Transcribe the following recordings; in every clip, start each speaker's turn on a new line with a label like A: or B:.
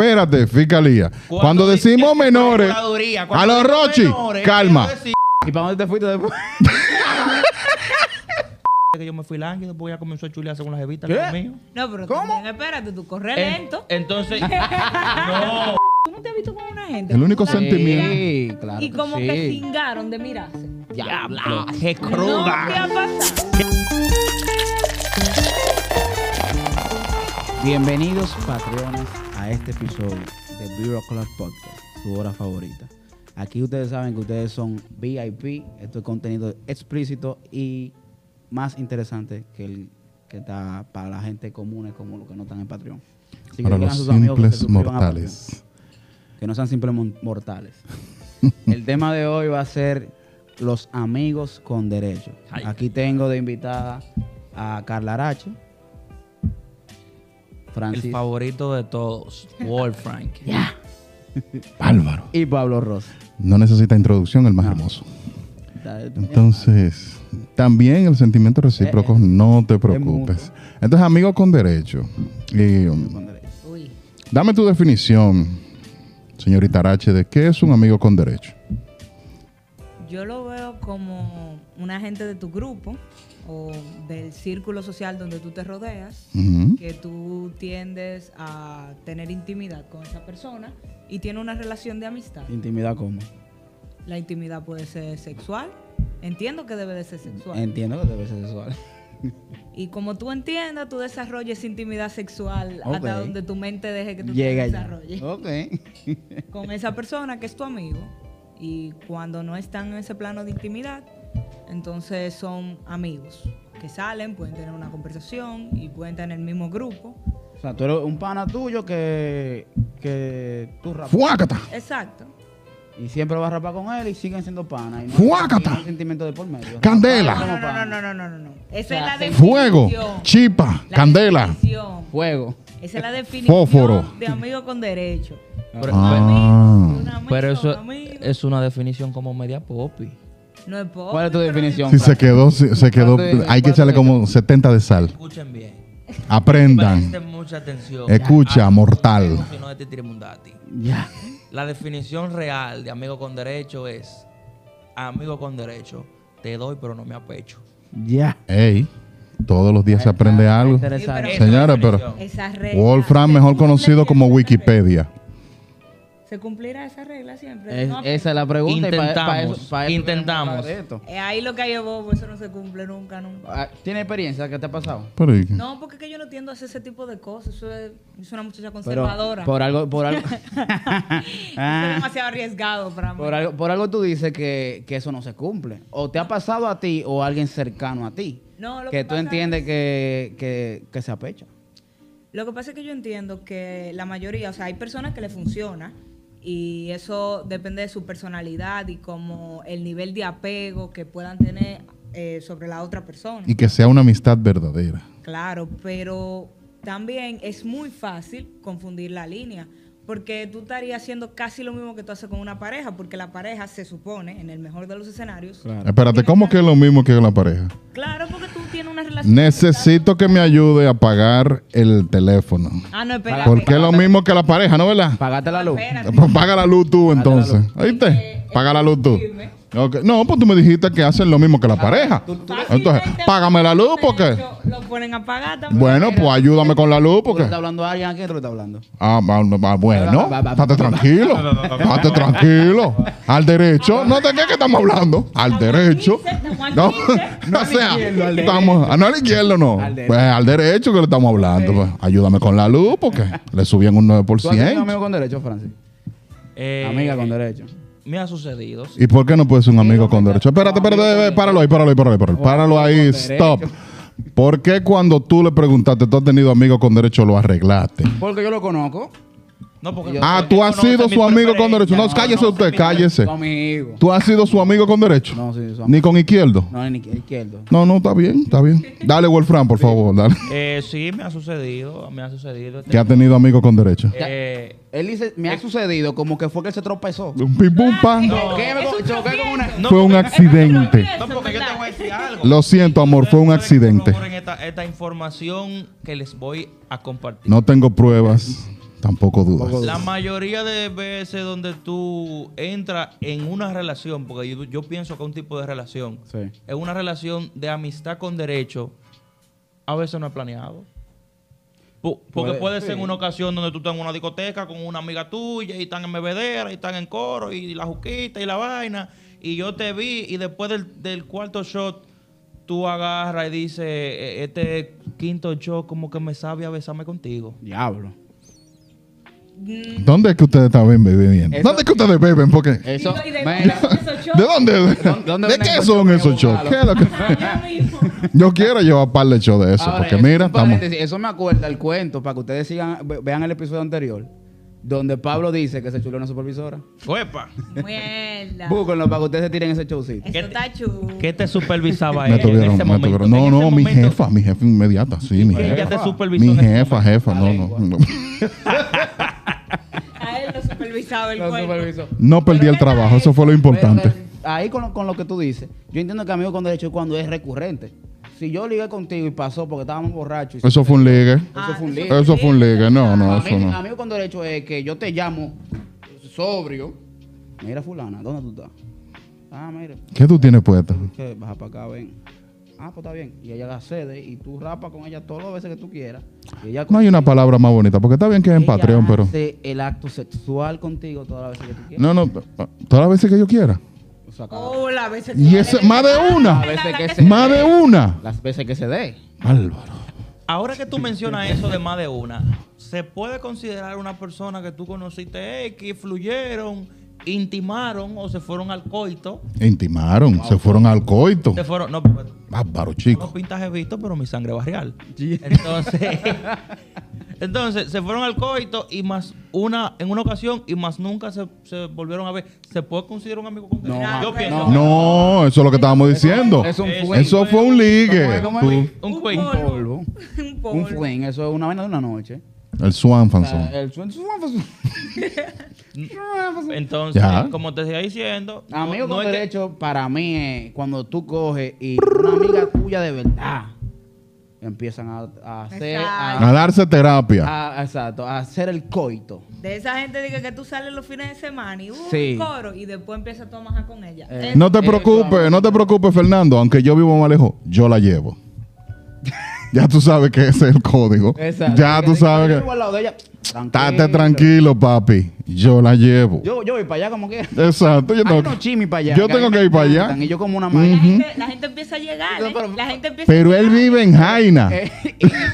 A: espérate, fiscalía. Cuando, decimos
B: dice
A: menores,
B: Procuraduría,
A: a los
B: cuando dice
A: Rochi,
B: menores,
A: calma.
B: quiero decir
C: ¿Y para dónde te fuiste después?
B: Que yo me fui lánguido porque ya comenzó a chulear según las evitas
C: ¿Qué?
B: conmigo.
D: No, pero
C: ¿Cómo?
D: también, espérate, tú corres
B: En-
D: lento.
B: Entonces, no.
D: ¿Tú no te has visto con una gente?
A: El único
D: Tú la
A: sentimiento-
D: miras
C: Sí, claro.
D: Y como
C: sí.
D: que cingaron de mirarse.
C: Diablo.
D: No, ¿qué ha pasado?
C: Bienvenidos, patrones, a este episodio de Bureau Club Podcast, su hora favorita. Aquí ustedes saben que ustedes son VIP, esto es contenido explícito y más interesante que el que está para la gente común, como los que no están en Patreon. Así que
A: Para
C: digan a
A: los
C: sus amigos que se
A: simples
C: suscriban a
A: mortales.
C: Patreon, que no sean simples mon- mortales. el tema de hoy va a ser los amigos con derecho.
B: Ay.
C: Aquí tengo de invitada a Carla Arache.
B: El
C: Francis
B: favorito de todos, Wolfrank.
A: Bárbaro.
C: y Pablo Rosa.
A: No necesita introducción, el más
C: No.
A: hermoso.
C: Está-
A: Entonces, también el sentimiento
C: Eh,
A: recíproco, no te preocupes. Entonces, amigo con derecho. Y, um,
C: con derecho.
D: Uy.
A: dame tu definición, señorita Arache, de qué es un amigo con derecho.
D: Yo lo veo como una gente de tu grupo o del círculo social donde tú te rodeas,
A: Ujú.
D: que tú tiendes a tener intimidad con esa persona y tiene una relación de amistad.
C: Intimidad como.
D: La intimidad puede ser sexual, entiendo que debe de ser sexual.
C: Entiendo que debe ser sexual.
D: y como tú entiendas, tú desarrolles intimidad sexual
C: Ok.
D: hasta donde tu mente deje que tú
C: Llega
D: te
C: allá.
D: desarrolles.
C: Ok.
D: con esa persona que es tu amigo y cuando no están en ese plano de intimidad, entonces son amigos que salen, pueden tener una conversación y pueden estar en el mismo grupo.
C: O sea, tú eres un pana tuyo que, que tú rapas.
A: ¡Fuácata!
D: Exacto.
C: Y siempre vas a rapar con él y siguen siendo panas. y no-
A: Fuácata.
C: y no hay sentimiento de por medio.
D: No,
A: ¡Candela!
D: no, no, no, no, no, no, no. Esa
C: O sea,
D: es la definición.
A: ¡Fuego! ¡Chipa!
D: La
A: ¡Candela!
D: definición.
C: Fuego.
D: Esa es la definición
A: Fósforo.
D: de amigo con derecho.
B: Pero,
A: Ah.
D: Un amigo,
B: pero eso
D: amigo.
B: es una definición como media popi.
D: no es poco.
C: ¿Cuál es tu definición?
A: Sí, se
C: Frank?
A: quedó, se se quedó.
C: ¿Cuánto-
A: Hay que
C: cuánto
A: echarle
C: es?
A: como 70 de sal.
B: Escuchen bien.
A: Aprendan.
B: Presten mucha atención.
A: Escucha,
B: Ah,
A: mortal.
B: Si no, este tirimundati.
C: Ya.
B: La definición real de amigo con derecho es amigo con derecho. Te doy, pero no me apecho.
C: Ya.
A: Ey, todos los días se aprende
C: Está
A: algo.
B: Esa es
C: Interesante.
B: la
A: Señores, pero-
B: definición.
D: Esa regla.
A: Wolfram,
D: ¿se
A: mejor
D: cumple
A: conocido como
D: siempre esa regla?
A: Wikipedia.
D: ¿Se cumplirá esa regla siempre?
C: Es-
D: No,
C: esa es la pregunta. y pa- pa eso- pa
B: Intentamos,
C: eso queremos
B: intentamos.
C: hablar de esto.
D: Eh, ahí lo que hay es bobo, eso no se cumple nunca, nunca.
C: Ah, ¿Tienes experiencia? ¿Qué te ha pasado?
A: Pero, ¿y qué?
D: No, porque es que yo no tiendo a hacer ese tipo de cosas. Eso es, yo soy una muchacha
C: Pero,
D: conservadora.
C: por algo, por algo.
D: Eso
C: Ah.
D: es demasiado arriesgado para mí.
C: Por algo, por algo tú dices que, que eso no se cumple. O te ha pasado a ti o a alguien cercano a ti.
D: No, lo
C: que
D: que
C: tú
D: pasa
C: entiendes que, que, que se apecha.
D: Lo que pasa es que yo entiendo que la mayoría, o sea, hay personas que le funciona y eso depende de su personalidad y como el nivel de apego que puedan tener eh, sobre la otra persona.
A: Y que sea una amistad verdadera.
D: Claro, pero también es muy fácil confundir la línea, porque tú estarías haciendo casi lo mismo que tú haces con una pareja, porque la pareja se supone, en el mejor de los escenarios, claro,
A: Espérate, ¿cómo que es lo mismo que la pareja?
D: porque tú tienes una relación.
A: Necesito que me ayude a pagar el teléfono.
D: Ah, no, espérate.
A: Porque es lo mismo que la pareja, ¿no, verdad?
C: Pagaste la luz.
D: Espérate.
A: Pues Paga la luz tú,
C: Paga la luz.
A: entonces. ¿Oíste? Paga la luz tú. Ok. No, pues tú me dijiste que hacen lo mismo que la pareja. Entonces,
D: Fácilmente
A: págame la luz porque...
D: Lo ponen a pagar también.
A: Bueno, pues ayúdame con la luz
C: ¿Tú le
A: porque...
C: estás hablando a alguien? ¿A quién tú le estás hablando?
A: Ah, va- va- bueno,
C: Va- va- va-
A: estate tranquilo, estate tranquilo. Al derecho, no de qué que estamos hablando, al derecho.
D: estamos al
A: No,
D: quince.
A: no o sea,
C: izquierdo, al
A: estamos, ah, no al izquierdo, no.
C: Al derecho.
A: Pues al derecho que le estamos hablando. pues. ayúdame con la luz porque le subían un
C: ¿Tú has sido un
A: 9%.
C: amigo con derecho, Francis?
B: Eh,
C: Amiga con derecho.
B: Me ha sucedido. sí.
A: ¿Y por qué no puede ser un amigo con derecho? Espérate, espérate, espérate, páralo ahí, páralo ahí, páralo ahí, páralo ahí, páralo ahí,
C: Amigo con
A: stop.
C: derecho.
A: ¿Por qué cuando tú le preguntaste, tú has tenido amigos con derecho, lo arreglaste?
C: Porque yo lo conozco.
B: No, porque
A: Ah,
B: porque
A: tú
B: yo
A: has
B: no
A: sido
B: sé
A: su
B: mis
A: amigo con
B: preferencias.
A: derecho. No,
C: no,
A: cállese
C: no,
A: usted,
B: mi-
A: cállese.
C: Tu amigo.
A: ¿Tú has sido su amigo con derecho?
C: No, sí, su
A: ¿Ni
C: amigo.
A: con izquierdo?
C: No, ni izquierdo.
A: No, no, está bien, está bien. Dale, Wolfram, por favor, dale.
B: Eh, sí, me ha sucedido. Me ha sucedido.
A: Que ha tenido amigos con derecho.
B: Eh,
C: Él dice, me ha sucedido como que fue que él se tropezó.
A: Un pim pum pam.
B: No.
C: ¿Qué? Me
D: Es
C: co-
D: un
C: choqué con una...
B: no,
A: Fue un
B: porque-
A: accidente.
B: No, porque yo te voy a decir algo.
A: Lo siento, amor, fue un
B: Ustedes
A: accidente.
B: corroboren Esta, esta información que les voy a compartir.
A: No tengo pruebas. Tampoco dudas.
C: Tampoco
B: La mayoría de veces donde tú entras en una relación, porque yo, yo pienso que un tipo de relación,
C: Sí.
B: es una relación de amistad con derecho, a veces no es planeado. Pu- Porque
C: Puede-
B: puede, ser en una ocasión donde tú estás en una discoteca con una amiga tuya y están en bebedera y están en coro y la juquita y la vaina. Y yo te vi y después del, del cuarto shot tú agarras y dices, "E- este quinto shot como que me sabe a besarme contigo.
C: Diablo.
A: ¿Dónde es que ustedes están bebiendo?
C: Eso-
A: ¿Dónde es que ustedes beben? Porque, ¿De
D: Eso,
C: Eso.
D: y de,
C: mira,
D: esos shows,
A: dónde?
C: dónde
A: ¿De
C: vienen
A: qué
C: esos
A: son
C: shows?
A: esos shows?
C: Búscalo.
A: ¿Qué es lo que-
D: mañana mismo.
A: Yo quiero llevar par de shows de eso,
C: Ahora,
A: porque
C: eso-
A: mira,
C: un
A: estamos...
C: paréntesis, Eso me acuerda el cuento, para que ustedes sigan, ve- vean el episodio anterior, donde Pablo dice que se chuló una supervisora.
B: ¡Cuepa!
D: Mierda.
C: Búsquenlo para que ustedes se tiren ese showcito.
D: Eso está chulo.
B: ¿Qué te supervisaba
A: Me
B: ella en
A: tuvieron, me
B: ese momento?
A: tuvieron.
B: En
A: No,
B: ese
A: no, mi
B: momento,
A: jefa, mi jefa inmediata, sí, mi
B: Ella
A: jefa.
B: te supervisó.
A: Mi
B: en ese
A: jefa, jefa, no, no. No,
D: A él lo supervisaba el
C: Lo
D: cuerpo.
C: supervisó.
A: No perdí el trabajo, eso fue lo importante.
C: Pero, eh, ahí con, lo- con lo que tú dices, yo entiendo que amigo con derecho es cuando es recurrente. Si yo ligué contigo y pasó porque estábamos borrachos. y-
A: Eso fue un ligue.
D: Ah,
C: Eso fue un lío.
A: Eso fue un ligue, no, no, eso
C: amigo,
A: no.
C: amigo con derecho es que yo te llamo sobrio. Mira fulana, ¿dónde tú estás? Ah, mira.
A: ¿Qué tú tienes puesta?
C: que baja para acá, ven. Ah, pues está bien. Y ella la cede y tú rapas con ella todas las veces que tú quieras. Y ella
A: No hay una palabra más bonita, porque está bien que es en
C: ella
A: Patreon, pero...
C: hace el acto sexual contigo todas las veces que tú quieras.
A: No, no, todas las veces que yo quiera.
C: O sea, cada-
D: Oh, la vez
A: Y eso, más de una.
C: las veces que se
A: Más de una.
C: Las veces que se dé.
A: Álvaro.
B: ahora que tú mencionas eso de más de una, ¿se puede considerar una persona que tú conociste X, fluyeron, intimaron o se fueron al coito?
A: Intimaron, se fueron al coito.
B: Se fueron, no, porque
A: Bárbaro,
B: no
A: chico.
B: pintas visto, pero mi sangre va real. Entonces, entonces, se fueron al coito y más una, en una ocasión y más nunca se, se volvieron a ver. ¿Se puede considerar un amigo con
C: No,
B: derecho? Yo
D: no.
B: pienso.
A: No, eso es lo que estábamos diciendo.
C: Es un
B: Eso
C: fuen.
A: Eso fue un ligue.
C: ¿Cómo es? ¿Cómo es?
B: Un
D: Un
B: cuento.
D: polvo.
C: polvo.
D: Un polvo.
C: Un fuen. Eso es una vaina de una noche.
A: Tú, El Swan
C: O sea,
A: Fanson.
C: el suen- suen- suen-
B: Entonces,
A: Ya.
B: como te decía diciendo, no-
C: Amigo
B: no
C: con
B: es que-
C: derecho, para mí, es cuando tú coges y una amiga tuya de verdad empiezan a, a hacer.
A: A
C: A,
A: darse terapia.
C: a- exacto, a hacer el coito.
D: De esa gente dice que tú sales los fines de semana y uh, un
C: Sí.
D: coro y después empiezas tú a majar con ella.
C: Eh,
D: Eso-
A: No te
C: Eso,
A: preocupes,
C: amigo.
A: no te preocupes, Fernando. Aunque yo vivo más lejos, yo la llevo. Ya tú sabes que ese es el código.
C: Exacto.
A: Ya
C: Que
A: tú
C: diga, yo
A: sabes
C: vivo
A: que.
C: al lado de ella.
A: Estate tranquilo, papi. Yo la llevo.
C: Yo, yo voy para allá como que.
A: Exacto. Yo
C: Hay
A: tengo
C: unos
A: que-
C: chimis para allá.
A: Yo
C: a
A: tengo
C: mí
A: que
C: me
A: ir para allá.
C: encantan, Y yo como una madre.
D: la, gente, la gente empieza a llegar.
C: No,
D: ¿eh?
C: pero-
D: la gente empieza
A: Pero
D: a
A: él
D: llegar.
A: vive en Jaina.
C: Eh,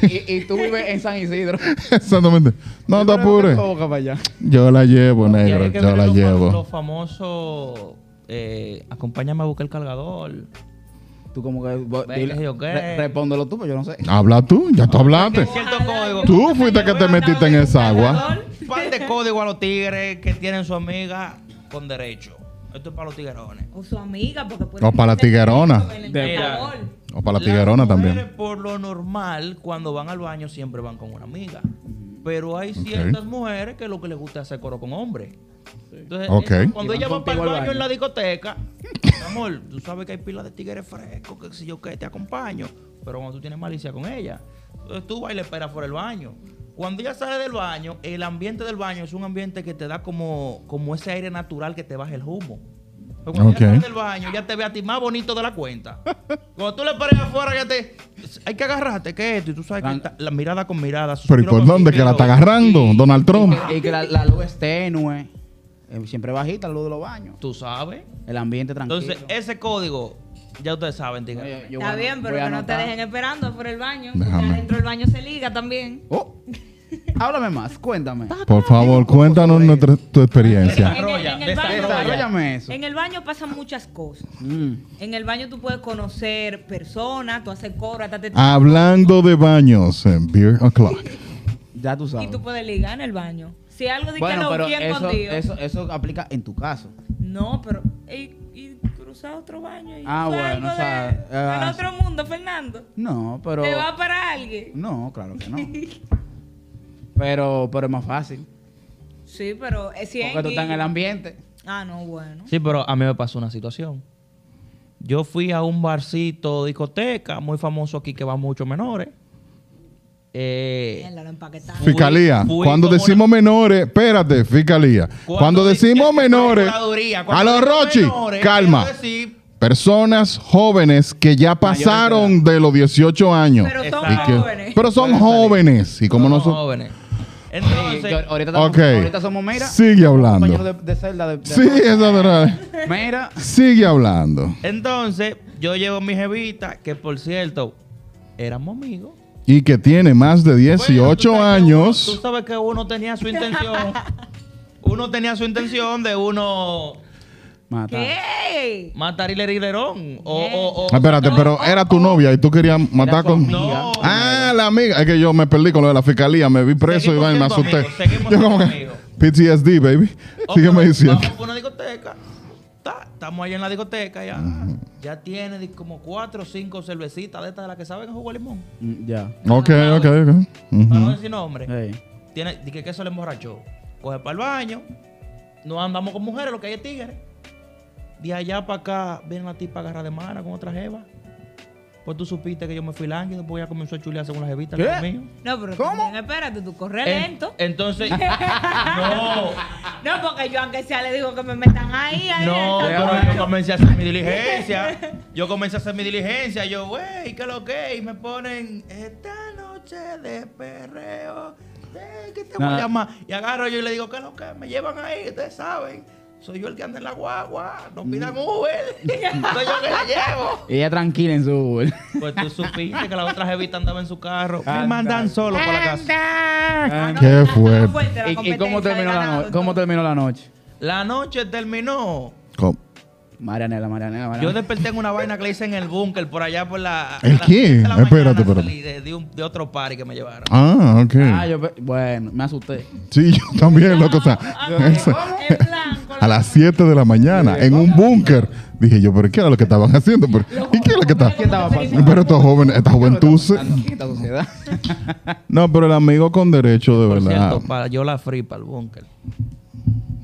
C: y, y- y tú vives en San Isidro.
A: Exactamente. No te apures.
C: Boca para allá.
A: Yo la llevo,
B: Y
A: negro.
B: hay que
A: Yo
B: ver
A: la
B: los fa-
A: llevo.
B: Los famosos. eh, acompáñame a buscar el cargador.
C: Tú como que.
B: Ve,
C: dile-
B: que yo qué.
C: re- respóndelo tú, pues yo no sé.
A: Habla tú, ya tú hablaste.
B: Porque cierto código.
A: Tú fuiste que te metiste en esa agua.
B: Un par de códigos a los tigres que tienen su amiga con derecho. Esto es para los tiguerones.
D: O su amiga, porque puede
A: O para la
D: meterse
A: tiguerona.
D: en el
B: De-
D: calor.
A: O para la
B: Las
A: tiguerona
B: mujeres,
A: también.
B: Por lo normal, cuando van al baño siempre van con una amiga. Pero hay ciertas mujeres que lo que les gusta es hacer coro con hombres. Entonces,
A: Ok.
B: eh, cuando
C: Y van
B: ella va para
C: contigo
B: el
C: al
B: baño,
C: baño.
B: en la discoteca, amor, tú sabes que hay pilas de tigres frescos, que si yo que te acompaño. Pero cuando tú tienes malicia con ella, entonces tú vas y le esperas fuera del baño. Cuando ella sale del baño, el ambiente del baño es un ambiente que te da como, como ese aire natural que te baja el humo. Pero cuando ella
A: Ok.
B: sale del baño, ya te ve a ti más bonito de la cuenta. Cuando tú le esperas afuera, ya te. Hay que agarrarte, que esto. Y tú sabes que
C: Tran-
B: está- la mirada con
A: Pero
B: mirada.
A: ¿y
B: suspiro
A: por
B: con
A: dónde que la
B: suspiro.
A: está agarrando? Donald Trump.
C: Y que la, la luz es tenue. eh, Siempre bajita la luz de los baños.
B: Tú sabes.
C: El ambiente tranquilo.
B: Entonces, eh, ese código, ya ustedes saben, tigre.
C: Oye, yo voy
D: Está
C: a-
D: bien, pero
C: voy a
D: que no te
C: anotar.
D: dejen esperando por el baño.
A: Déjame.
D: Porque adentro del baño se liga también.
C: Oh, háblame más, cuéntame.
A: Por favor, cuéntanos nuestra, tu experiencia.
B: Desarrolla,
D: En el- en el baño-
C: Desarrollame eso.
D: En el baño pasan muchas cosas.
C: Mm.
D: En el baño tú puedes conocer personas, tú haces coro, hasta te
C: Ah,
A: Hablando de baños en Beer O'Clock.
C: Mm, Ya tú sabes.
D: y tú puedes ligar en el baño. Si algo de
C: bueno,
D: que lo
C: pero
D: bien
C: eso,
D: contigo.
C: eso, eso aplica en tu caso.
D: No, pero y, y cruzar otro baño y
C: Ah,
D: fue
C: bueno,
D: algo
C: o sea,
D: de-
C: ah,
D: del
C: sí.
D: otro mundo, Fernando.
C: No, pero.
D: Te va para alguien.
C: No, claro que no. pero, pero es más fácil.
D: Sí, pero eh, si es
C: Porque tú estás en el ambiente.
D: Ah, no, bueno.
B: Sí, pero a mí me pasó una situación. Yo fui a un barcito, discoteca, muy famoso aquí que va mucho menores. eh,
D: Mierda, lo empaquetado.
B: Fui-
A: Fiscalía,
B: fui
A: cuando
B: como
A: decimos menores, espérate, fiscalía. Cuando
B: dice-
A: decimos menores,
B: Procuraduría,
A: a los
B: cuando dice
A: Rochi,
B: menores,
A: calma.
B: quiero decir,
A: Personas jóvenes que ya pasaron de los 18 años.
D: Pero son
A: Y que-
D: jóvenes.
A: pero son
C: Pueden salir.
A: jóvenes. Y como
B: somos
A: no son.
B: jóvenes.
C: Sí,
B: Entonces,
C: que ahorita, estamos,
A: Ok.
C: ahorita somos Mera.
A: Sigue
C: compañeros
A: hablando.
C: de, de celda de, de-
A: Sí, eso es verdad.
C: Mera.
A: Sigue hablando.
B: entonces, yo llevo mi jevita, que por cierto, éramos amigos.
A: Y que tiene más de
B: Bueno, tú
A: 18
B: sabes que uno-
A: años.
B: tú sabes que uno tenía su intención. uno tenía su intención de uno
C: Mata. ah.
D: ¿Qué?
B: matar y Hilerón. O,
D: Bien.
B: o, o-
A: Ah, Espérate, pero era tu novia y tú querías matar
C: tu
A: con.
B: amiga. No.
A: Ah, la amiga. Es que yo me perdí con lo de la fiscalía, me vi preso y
B: Seguimos
A: vaina, me
B: siendo
A: asusté.
B: amigos, seguimos
A: Yo como que.
B: siendo
A: PTSD, baby.
B: o
A: Sígueme
B: pero
A: diciendo.
B: Vamos a una discoteca. Ta, Estamos allá en la discoteca. Ya, ya tiene di- como cuatro o cinco cervecitas de estas de las que saben a jugo limón.
C: Mm, Ya.
A: Ok, ok, ok.
B: Para no
A: Ujú.
B: decir nombre.
C: Ey.
B: Tiene, di que, que eso le emborrachó. Coge para el baño. No andamos con mujeres, lo que hay es tigres. De allá para acá viene una tipa agarra de mano con otra jeva. Pues tú supiste que yo me fui lánguido, pues ya comenzó a chulear según la jevita
C: ¿Qué?
B: conmigo.
D: No, pero
C: ¿Cómo? Eh,
D: también, espérate, tú corres
B: En-
D: lento.
B: entonces, no,
D: No, porque yo aunque sea le digo que me metan ahí, ahí.
B: no,
D: ahí.
B: pero yo comencé a hacer mi diligencia. Yo comencé a hacer mi diligencia. Yo, güey, ¿qué lo que? Y me ponen esta noche de perreo. eh, ¿Qué te voy a
C: Nada.
B: llamar? Y agarro yo y le digo, ¿qué lo que? Me llevan ahí, ustedes saben. Soy yo el que anda en la guagua. No pidan Uber. Soy yo que la llevo.
C: Y ella tranquila en su Uber.
B: Pues tú supiste que la otra jevita andaba en su carro. Me
C: Anda.
B: mandan solo para la casa.
D: Ah, no,
A: Qué
D: está
A: fuerte.
D: fuerte la
C: ¿Y, y
D: competencia
C: cómo
D: de
C: terminó la
D: ganado,
C: noche? ¿Cómo
D: entonces.
C: terminó la noche?
B: La noche terminó.
A: Co-
C: Marianela, Marianela,
B: Yo
C: Marianela.
B: desperté en una vaina que le hice en el búnker por allá por la.
A: ¿El
B: a las
A: quién?
B: siete de la mañana
A: Espérate, espérate.
B: salí De, de un- de otro party que me llevaron.
A: Ah,
C: Ah,
A: ok.
C: yo, pe- bueno, me asusté.
A: Sí, yo también, loco. O sea,
B: Ah,
A: eso.
D: En blanco.
A: a las 7 de la mañana, en un búnker. Dije yo, pero ¿qué era lo que estaban haciendo? Pero, ¿Y qué es lo que está?
C: ¿Qué estaba pasando?
A: Pero estos jóvenes, esta juventud. se-
C: Esta sociedad.
A: No, pero el amigo con derecho, de
B: Por
A: verdad.
B: cierto, para, yo la fui para el búnker.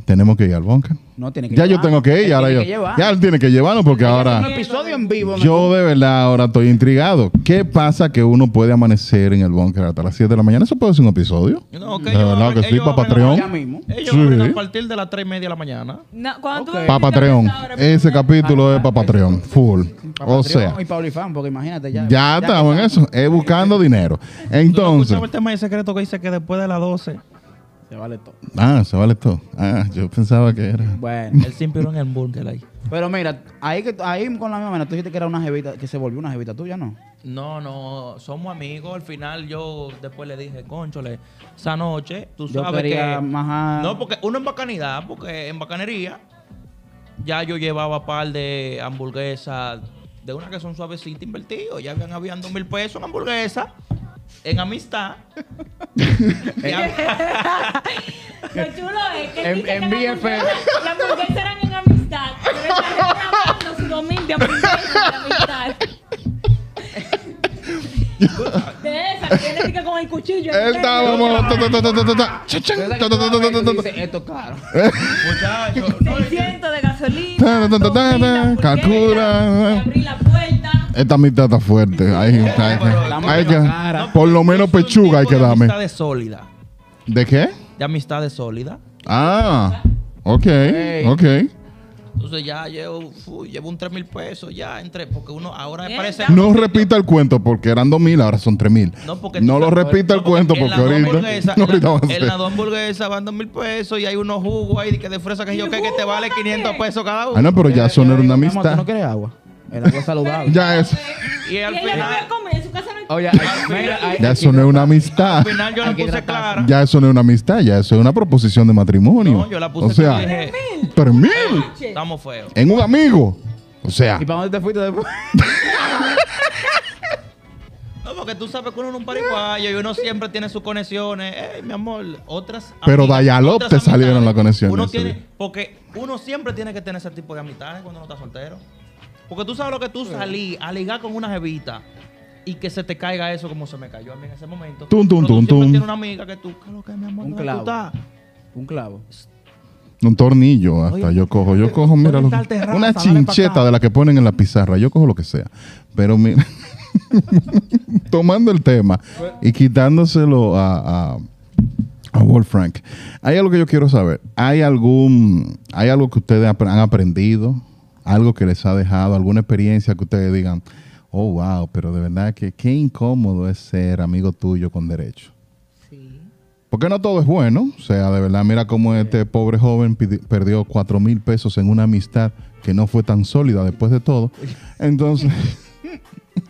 A: Tenemos que ir al búnker.
C: No tiene que
A: Ya yo
C: llevar.
A: tengo que ir,
C: Él
A: ya ahora
C: tiene
A: yo.
C: que llevar.
A: Ya él tiene que llevarnos porque
C: Un
A: ahora.
C: episodio en vivo. me-
A: Yo de verdad ahora estoy intrigado. ¿Qué pasa que uno puede amanecer en el búnker hasta las 7 de la mañana? ¿Eso puede ser un episodio?
B: No,
A: De verdad que sí,
B: ellos
A: para
B: abren la-
A: Patreon.
C: Ya mismo.
B: Ellos
A: Sí.
B: abren a partir de las 3 y media de la mañana.
D: No, cuando tú
C: Ok.
D: me
A: Para
D: dijiste
A: Patreon.
D: esa hora,
A: Ese
D: primero,
A: capítulo es para Patreon. Full.
C: Papá
A: O
C: Trión
A: sea,
C: Y Pauli Fan, porque imagínate ya.
A: ya estamos en eso. Es buscando dinero. Entonces.
C: pues,
B: ¿Tú no escuchabas el tema de secreto que dice que después de las 12
C: Se vale todo.
A: Ah, se vale todo. Ah, yo pensaba que era.
C: Bueno.
B: él siempre era en el búnker ahí?
C: Pero mira, ahí, que, ahí con la misma manera, tú dijiste que era una jevita, que se volvió una jevita tuya, ¿no?
B: No, no, somos amigos. Al final yo después le dije, conchole, esa noche, tú
C: Yo
B: sabes
C: quería
B: que...
C: más a-
B: No, porque uno en bacanidad, porque en bacanería ya yo llevaba par de hamburguesas, de unas que son suavecitas invertidos. Ya habían, habían dos mil pesos en hamburguesa, en amistad.
C: Eh.
B: Ya-
D: Lo chulo es que
C: En-
D: dice
C: en
D: que la
C: BFF.
D: hamburguesa- Las hamburguesas eran en amistad. Pero están grabando su domingo de hamburguesas en amistad. De esas, que él le pica con el cuchillo. en
A: Él
D: medio.
A: estábamos. ta, ta, ta, ta, ta, ta, ta, cha, chan, ta,
C: Entonces,
A: ta,
C: tú
A: ta, ta,
C: vas a ver y tú
A: ta, ta, ta.
C: dices, Esto es caro.
B: Muchachos, no, es que-
D: 600 de gasolina.
A: Ta, ta, ta, ta,
D: dos mil de hamburguesas,
A: calcula.
D: te Abrí la puerta.
A: Esta mitad está fuerte. Ahí está. ahí
B: pero
A: está.
C: la
A: Hay
C: mano
A: que-
C: cara.
A: por lo menos
B: es un
A: pechuga hay
B: tipo
A: que
B: de
A: darme.
B: Amistades sólidas.
A: ¿De qué?
B: De amistades sólidas.
A: Ah, ok,
C: Ey.
A: ok.
B: Entonces ya llevo, fu, llevo un 3 mil pesos ya entre, porque uno ahora
D: Bien,
B: parece...
D: ya.
A: No repita el cuento porque eran 2000, ahora son 3000.
B: No, porque
A: No
B: tú
A: lo
B: sabes-
A: repita el
B: no,
A: cuento
B: en
A: porque
B: las dos
A: ahorita.
B: hamburguesas-
A: no, ahorita va a
B: en la- En
A: ser.
B: las dos hamburguesas van dos mil pesos y hay unos jugos ahí que de fresa que
D: Y
B: yo
D: el
B: que, que te
D: jugo
B: vale 500
D: también.
B: pesos cada
A: Ah,
B: uno.
A: no, pero ya eso no era una
C: Mi amor, ¿tú
A: amistad.
C: no quieres agua? El agua es saludable.
A: Ya es.
B: Y al
D: y ella no iba a
B: final,
D: comer, en su casa no hay
C: Oye, ahí- mira, ahí-
A: Ya
C: aquí
A: eso no es una
B: al
A: amistad.
B: final yo la
C: Hay que
B: puse
C: tratarse.
B: clara.
A: Ya eso no es una amistad, ya eso es una proposición de matrimonio.
B: No, yo la puse
A: o sea,
B: que dije-
A: 3000
D: leche.
B: Estamos feos.
A: en un amigo. O sea,
C: ¿Y para dónde te fuiste después?
B: No, porque tú sabes que uno es un pariguayo y uno siempre tiene sus conexiones. Ey, mi amor, otras.
A: Pero
B: amigas,
A: dial-up
B: otras
A: te salieron
B: amistades.
A: las conexiones
B: Uno
A: ese
B: tiene,
A: día.
B: porque uno siempre tiene que tener ese tipo de amistades cuando uno está soltero. Porque tú sabes lo que tú salí a ligar con una jevita y que se te caiga eso como se me cayó a mí en ese momento.
A: Tum, tum,
B: Pero tú
A: tum,
B: siempre
A: tum.
B: tienes una amiga que tú, ¿qué es lo que mi amor?
C: Un
B: ¿Dónde tú
C: clavo.
B: estás?
C: Un clavo.
A: un tornillo hasta
B: Oye,
A: yo cojo, yo cojo, mira,
B: ¿dónde
A: lo-
B: está el terraza?
A: una
B: Dale pa'
A: chincheta
B: acá.
A: de la que ponen en la pizarra, yo cojo lo que sea. Pero mira, tomando el tema y quitándoselo a, a, a Wolf Frank. Hay algo que yo quiero saber. ¿Hay algún, hay algo que ustedes apre- han aprendido? ¿Algo que les ha dejado? ¿Alguna experiencia que ustedes digan, oh, wow, pero de verdad que qué incómodo es ser amigo tuyo con derecho?
D: Sí.
A: Porque no todo es bueno. O sea, de verdad, mira cómo este pobre joven pidi- perdió cuatro mil pesos en una amistad que no fue tan sólida después de todo. Entonces,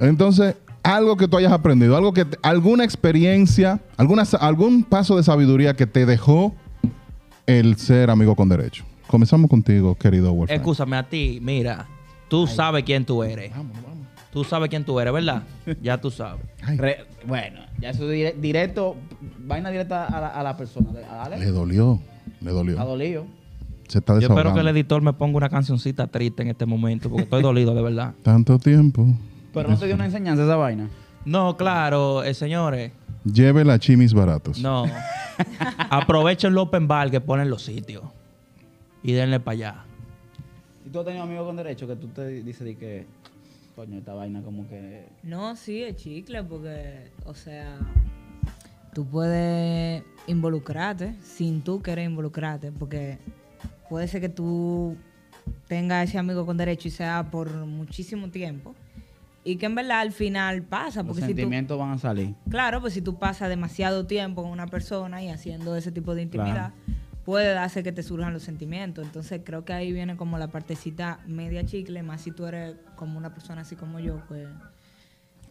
A: entonces algo que tú hayas aprendido, algo que te- alguna experiencia, alguna, sa- algún paso de sabiduría que te dejó el ser amigo con derecho. Comenzamos contigo, querido Wolfgang.
B: Escúchame a ti, mira, tú sabes quién tú eres. Tú sabes quién tú eres, ¿verdad? ya tú sabes.
A: Ay,
C: Re- bueno, ya eso dire- directo, vaina directa a la, a la persona. A Alex,
A: le dolió, le
C: está
A: dolió.
C: dolido.
A: Se está
B: Yo espero que el
A: desahogando.
B: editor me ponga una cancioncita triste en este momento porque estoy dolido, de verdad.
A: Tanto tiempo.
C: Pero no te dio una enseñanza esa vaina.
B: No, claro, eh, señores,
A: Lleve la chimis baratos.
B: no. Aprovechen el open bar que ponen los sitios y denle para allá.
C: ¿Y tú has tenido amigos con derecho que tú te dices de que, coño, esta vaina como que...
D: No, sí, es chicle, porque, o sea, tú puedes involucrarte sin tú querer involucrarte, porque puede ser que tú tengas ese amigo con derecho y sea por muchísimo tiempo, y que en verdad al final pasa,
C: Los
D: porque si tú...
C: sentimientos van a salir.
D: Claro, pues si tú pasas demasiado tiempo con una persona y haciendo ese tipo de intimidad, puede darse que te surjan los sentimientos. Entonces creo que ahí viene como la partecita media chicle, más si tú eres como una persona así como yo, que...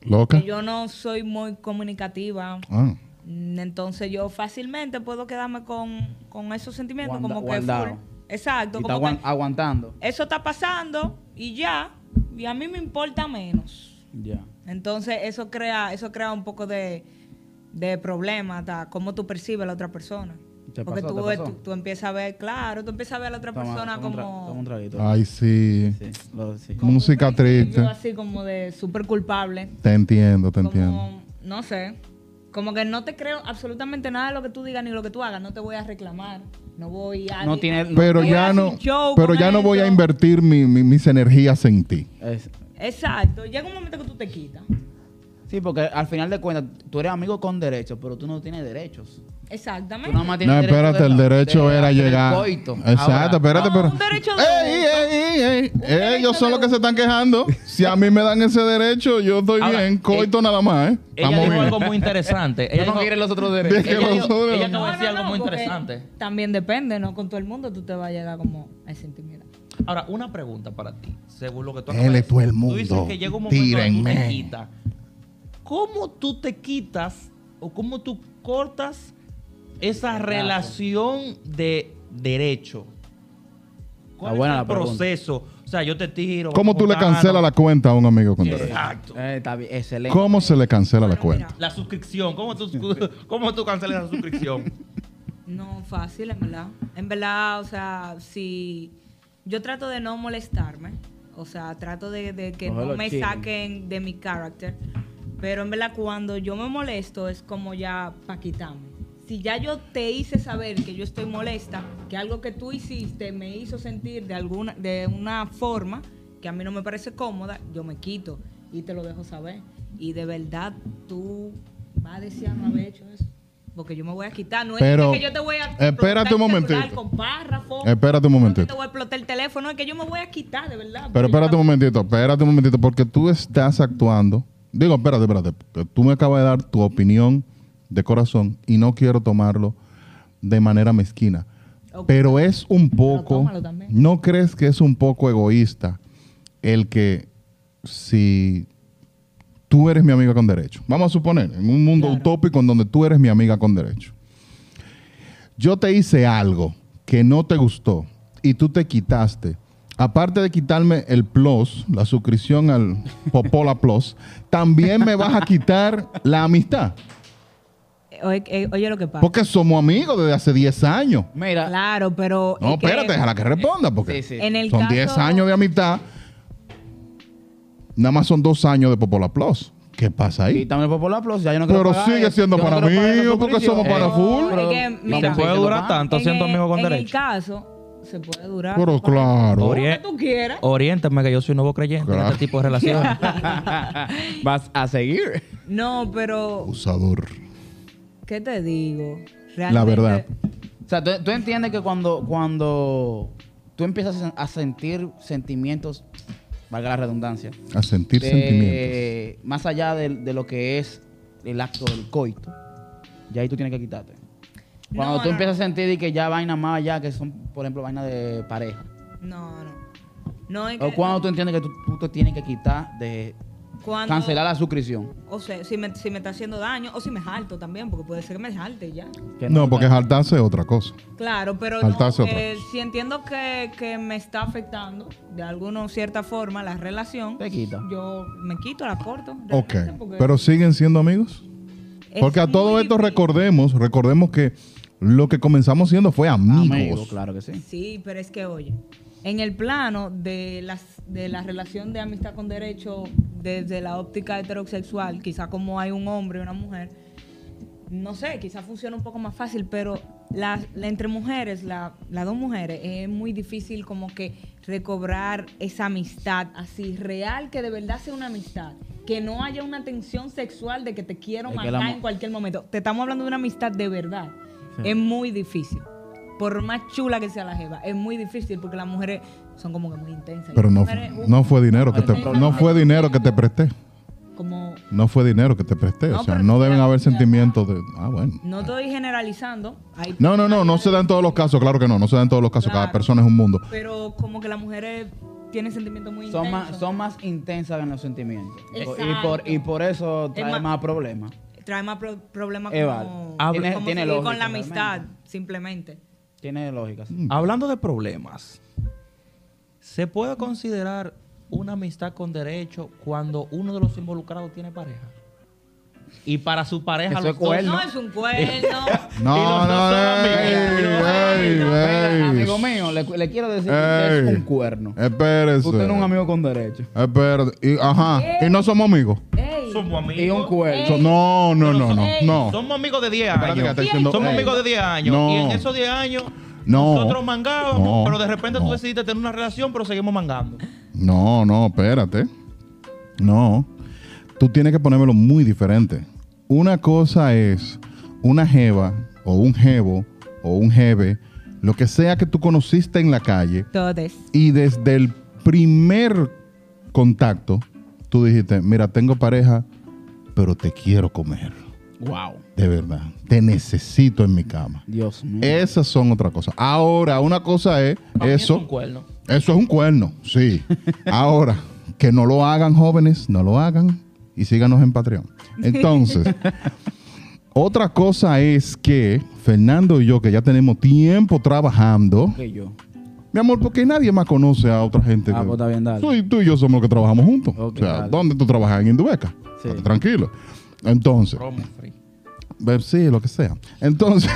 A: Loca.
D: que yo no soy muy comunicativa.
A: Ah.
D: Mm, Entonces yo fácilmente puedo quedarme con, con esos sentimientos
C: Guarda-
D: como que
C: guardado.
D: full. Exacto,
C: Y está
D: como
C: aguan-
D: que
C: aguantando.
D: eso está pasando y ya, y a mí me importa menos.
C: Ya.
D: Entonces eso crea eso crea un poco de, de problema, ta, cómo tú percibes a la otra persona.
C: ¿Te
D: Porque
C: pasó?
D: tú,
C: ¿Te pasó?
D: tú, tú empiezas a ver, claro, tú empiezas a ver a la otra
C: Toma-
D: persona
C: toma un tra- toma
D: como...
C: un traguito.
A: Ay, sí.
C: Sí, lo- sí.
D: como
A: Música
D: un principio
A: triste.
D: Así como de súper culpable.
A: Te entiendo, te entiendo.
D: como, no sé, como que no te creo absolutamente nada de lo que tú digas ni lo que tú hagas, no te voy a reclamar, no voy a...
C: No tiene... no-
A: Pero
D: voy a
A: ya
D: hacer
A: no,
D: un show
A: pero
D: con
A: ya no voy a
D: eso.
A: invertir mi- mi- mis energías en ti.
C: es-
D: Exacto, llega un momento que tú te quitas.
C: sí, porque al final de cuentas, tú eres amigo con derechos, pero tú no tienes derechos. Tú
D: Exactamente.
C: nada más tienes
A: No, espérate, el
C: de-
A: derecho
C: de
A: era
C: hacer el
A: llegar.
C: coito.
A: Exacto,
C: Ahora,
A: espérate,
D: No,
A: pero.
D: un derecho de
A: ¡Ey, ey, ey, ey! Ellos son los que se están quejando. Si a mí me dan ese derecho, yo estoy
B: Ahora,
A: bien. Coito nada más, ¿eh?
B: Ella
A: Estamos
B: dijo algo
A: bien.
B: muy interesante.
C: Ella
B: Ella
C: no
B: dijo-
C: quiere los otros
A: Ve
C: derechos.
A: que
B: ella dijo-
A: nosotros-
B: ella- no, decía algo muy
D: porque
B: interesante.
D: También depende, ¿no? Con todo el mundo tú te vas a llegar como a esa intimidad.
B: Ahora, una pregunta para ti, según lo que tú
A: Él
B: acabas de
A: es todo el
B: decir. Tú dices
A: mundo.
B: que llega un momento en que tú
A: Tírenme.
B: te quitas. ¿Cómo tú te quitas o cómo tú cortas esa
C: Ese lazo.
B: relación de derecho? ¿Cuál
C: Está buena
B: es
C: la
B: el
C: pregunta.
B: proceso? O sea, yo te tiro.
A: ¿Cómo tú le cancelas la cuenta a un amigo con derecho?
B: Exacto.
C: Eh, está bien, excelente.
A: ¿Cómo se le cancela la
D: Bueno, mira,
A: cuenta?
B: La suscripción. ¿Cómo tú, cómo tú cancelas la suscripción?
D: No, fácil, en verdad. En verdad, o sea, si yo trato de no molestarme, o sea, trato de, de que
C: Ojalá
D: no me
C: chillen.
D: saquen de mi carácter, pero en verdad cuando yo me molesto es como ya pa' quitarme. Si ya yo te hice saber que yo estoy molesta, que algo que tú hiciste me hizo sentir de alguna de una forma que a mí no me parece cómoda, yo me quito y te lo dejo saber. Y de verdad tú vas a decir "Ah, no haber hecho eso. Porque yo me voy a quitar, no
A: Pero,
D: es que yo te voy a
A: espérate un
D: explotar el celular
A: momentito.
D: con párrafos.
A: Espérate un
D: No es que
A: momentito.
D: te voy a explotar el teléfono, es que yo me voy a quitar, de verdad.
A: Pero
D: porque yo
A: espérate un
D: tampoco-
A: momentito, espérate un momentito, porque tú estás actuando. Digo, espérate, espérate, porque tú me acabas de dar tu opinión de corazón y no quiero tomarlo de manera mezquina.
D: Ok.
A: Pero es un poco,
D: tómalo también.
A: ¿no crees que es un poco egoísta el que si tú eres mi amiga con derecho? Vamos a suponer, en un mundo
D: Claro.
A: utópico en donde tú eres mi amiga con derecho. Yo te hice algo que no te gustó y tú te quitaste. Aparte de quitarme el Plus, la suscripción al Popola Plus, también me vas a quitar la amistad.
D: Eh, Oye, eh, oye lo que pasa.
A: Porque somos amigos desde hace 10 años.
C: Mira,
D: Claro, pero.
A: No,
D: es que
A: espérate, déjala que responda, porque
C: Sí, sí.
D: En el
A: son
D: caso,
A: 10 años de amistad. Nada más son dos años de Popola Plus. ¿Qué pasa ahí?
C: quítame el Popular Plus, ya yo no quiero
A: Pero
C: pagar
A: sigue
C: eso.
A: siendo
C: Yo no
A: para
C: quiero pagar
A: mí,
C: esa
A: porque
C: suscripción.
A: somos para
C: Eh,
A: full.
D: No, es que,
C: pero-
D: mira.
C: no,
D: Se
C: pues,
B: puede
C: yo no
B: durar
C: pago.
B: tanto
D: en
B: siendo
D: el-
B: amigo con
D: en
B: derecho.
D: el caso, Se puede durar.
A: Pero
D: papá.
A: claro.
D: Lo
B: Ori-
D: que tú quieras.
B: Oh. Oriéntame que yo soy nuevo creyente en
A: Claro.
B: este tipo de relaciones.
C: Vas a seguir.
D: No, pero
A: Abusador.
D: ¿qué te digo?
A: La verdad.
C: O sea, tú, tú entiendes que cuando, cuando tú empiezas a sen- a sentir sentimientos, valga la redundancia,
A: A sentir
C: de-
A: sentimientos.
C: más allá de, de lo que es el acto del coito, ya ahí tú tienes que quitarte. Cuando
D: No,
C: tú
D: no,
C: empiezas a sentir y que ya vaina más allá, que son, por ejemplo, vainas de pareja.
D: No, no. No es
C: O
D: que-
C: cuando tú entiendes que tú, tú te tienes que quitar de
D: cuando-
C: cancelar la suscripción.
D: O sea, si me, si me está haciendo daño o si me jalto también, porque puede ser que me jalte ya.
C: Que
A: No, porque saltarse es otra cosa.
D: Claro, pero no,
A: Jaltarse otra
D: eh, si entiendo que, que me está afectando de alguna o cierta forma la relación,
C: Te quita.
D: yo me quito, la corto.
A: Ok.
D: realmente, porque
A: Pero siguen siendo amigos.
D: es
A: Porque a todo
D: muy
A: esto
D: difícil.
A: recordemos, recordemos que lo que comenzamos siendo fue amigos.
C: Amigo, claro que sí.
D: Sí, pero es que oye, en el plano de las de la relación de amistad con derecho desde la óptica heterosexual, quizá como hay un hombre y una mujer, no sé, quizá funciona un poco más fácil, pero las la- entre mujeres, la- las dos mujeres, es muy difícil como que recobrar esa amistad así real que de verdad sea una amistad. Que no haya una tensión sexual de que te quiero
C: Es que
D: matar
C: la mu-
D: en cualquier momento. Te estamos hablando de una amistad de verdad. Es muy difícil. Por más chula que sea la jeva, es muy difícil porque las mujeres son como que muy intensas. Y
A: Pero
D: las
A: no,
D: mujeres, uh,
A: no fue dinero que
C: Ahora
A: te,
C: no hay
A: no fue dinero que te presté.
D: Como
A: No fue dinero que te presté.
D: No,
A: O sea,
D: pero-
A: no deben haber sentimientos de. Ah, bueno.
D: no estoy generalizando. hay-
A: No, no, no, no se da en todos los casos, claro que no, no se da en todos los casos, cada
D: Claro.
A: persona es un mundo.
D: Pero como que las mujeres tienen sentimientos muy intensos.
C: Son más, son más intensas en los sentimientos. Y por- Y
D: Exacto.
C: por, y por eso trae
D: más-
C: más, problemas.
D: trae más pro- problemas
C: Es
D: como,
C: válido. ah, Tiene-
D: como
C: tiene
D: seguir
C: lógica,
D: con la amistad,
C: realmente.
D: simplemente.
C: Tiene lógica. sí.
B: Hablando de problemas, ¿se puede considerar una amistad con derecho cuando uno de los involucrados tiene pareja? Y para su pareja
C: Eso
B: los
C: es
B: dos-
C: cuerno.
D: No es un cuerno.
B: Y los
A: No, no,
B: dos son
A: no,
B: amigos.
A: ey, ey,
C: Espera,
A: ey.
C: amigo mío, le, le quiero decir que
A: Ey.
C: es un cuerno.
A: Espérese.
C: Usted no es un amigo con derecho.
A: Espérate. Y, ajá. Y no somos amigos.
D: Ey,
B: Somos amigos.
C: Y un cuerno.
A: So- no, no, no, no.
D: Ey.
A: No.
B: Somos amigos de 10
A: Espérate que
B: años.
A: está diciendo,
B: Somos
A: ey.
B: amigos de 10 años.
A: No.
B: Y en esos 10 años
A: No.
B: nosotros mangábamos,
A: No.
B: pero de repente
A: No.
B: tú decidiste tener una relación, pero seguimos mangando.
A: No, no, espérate. No. Tú tienes que ponérmelo muy diferente. Una cosa es una jeva o un jevo o un jeve, lo que sea que tú conociste en la calle,
D: Todes.
A: y desde el primer contacto, tú dijiste, mira, tengo pareja, pero te quiero comer.
C: Wow.
A: De verdad. Te necesito en mi cama.
C: Dios mío.
A: Esas son otra cosa. Ahora, una cosa es
B: Para mí es
A: eso.
B: un cuerno.
A: Eso es un cuerno, sí. Ahora, que no lo hagan jóvenes, no lo hagan y síganos en Patreon. Entonces, otra cosa es que Fernando y yo, que ya tenemos tiempo trabajando,
C: Que yo.
A: mi amor, porque nadie más conoce a otra gente.
C: Ah,
A: que-
C: pues está bien, dale.
A: Tú, y- tú y yo somos los que trabajamos juntos.
C: Ok,
A: o sea,
C: dale.
A: ¿dónde tú trabajas? En Indubeca.
C: Sí.
A: Estate Tranquilo. Entonces,
B: Promo free.
A: ve- sí, lo que sea. Entonces,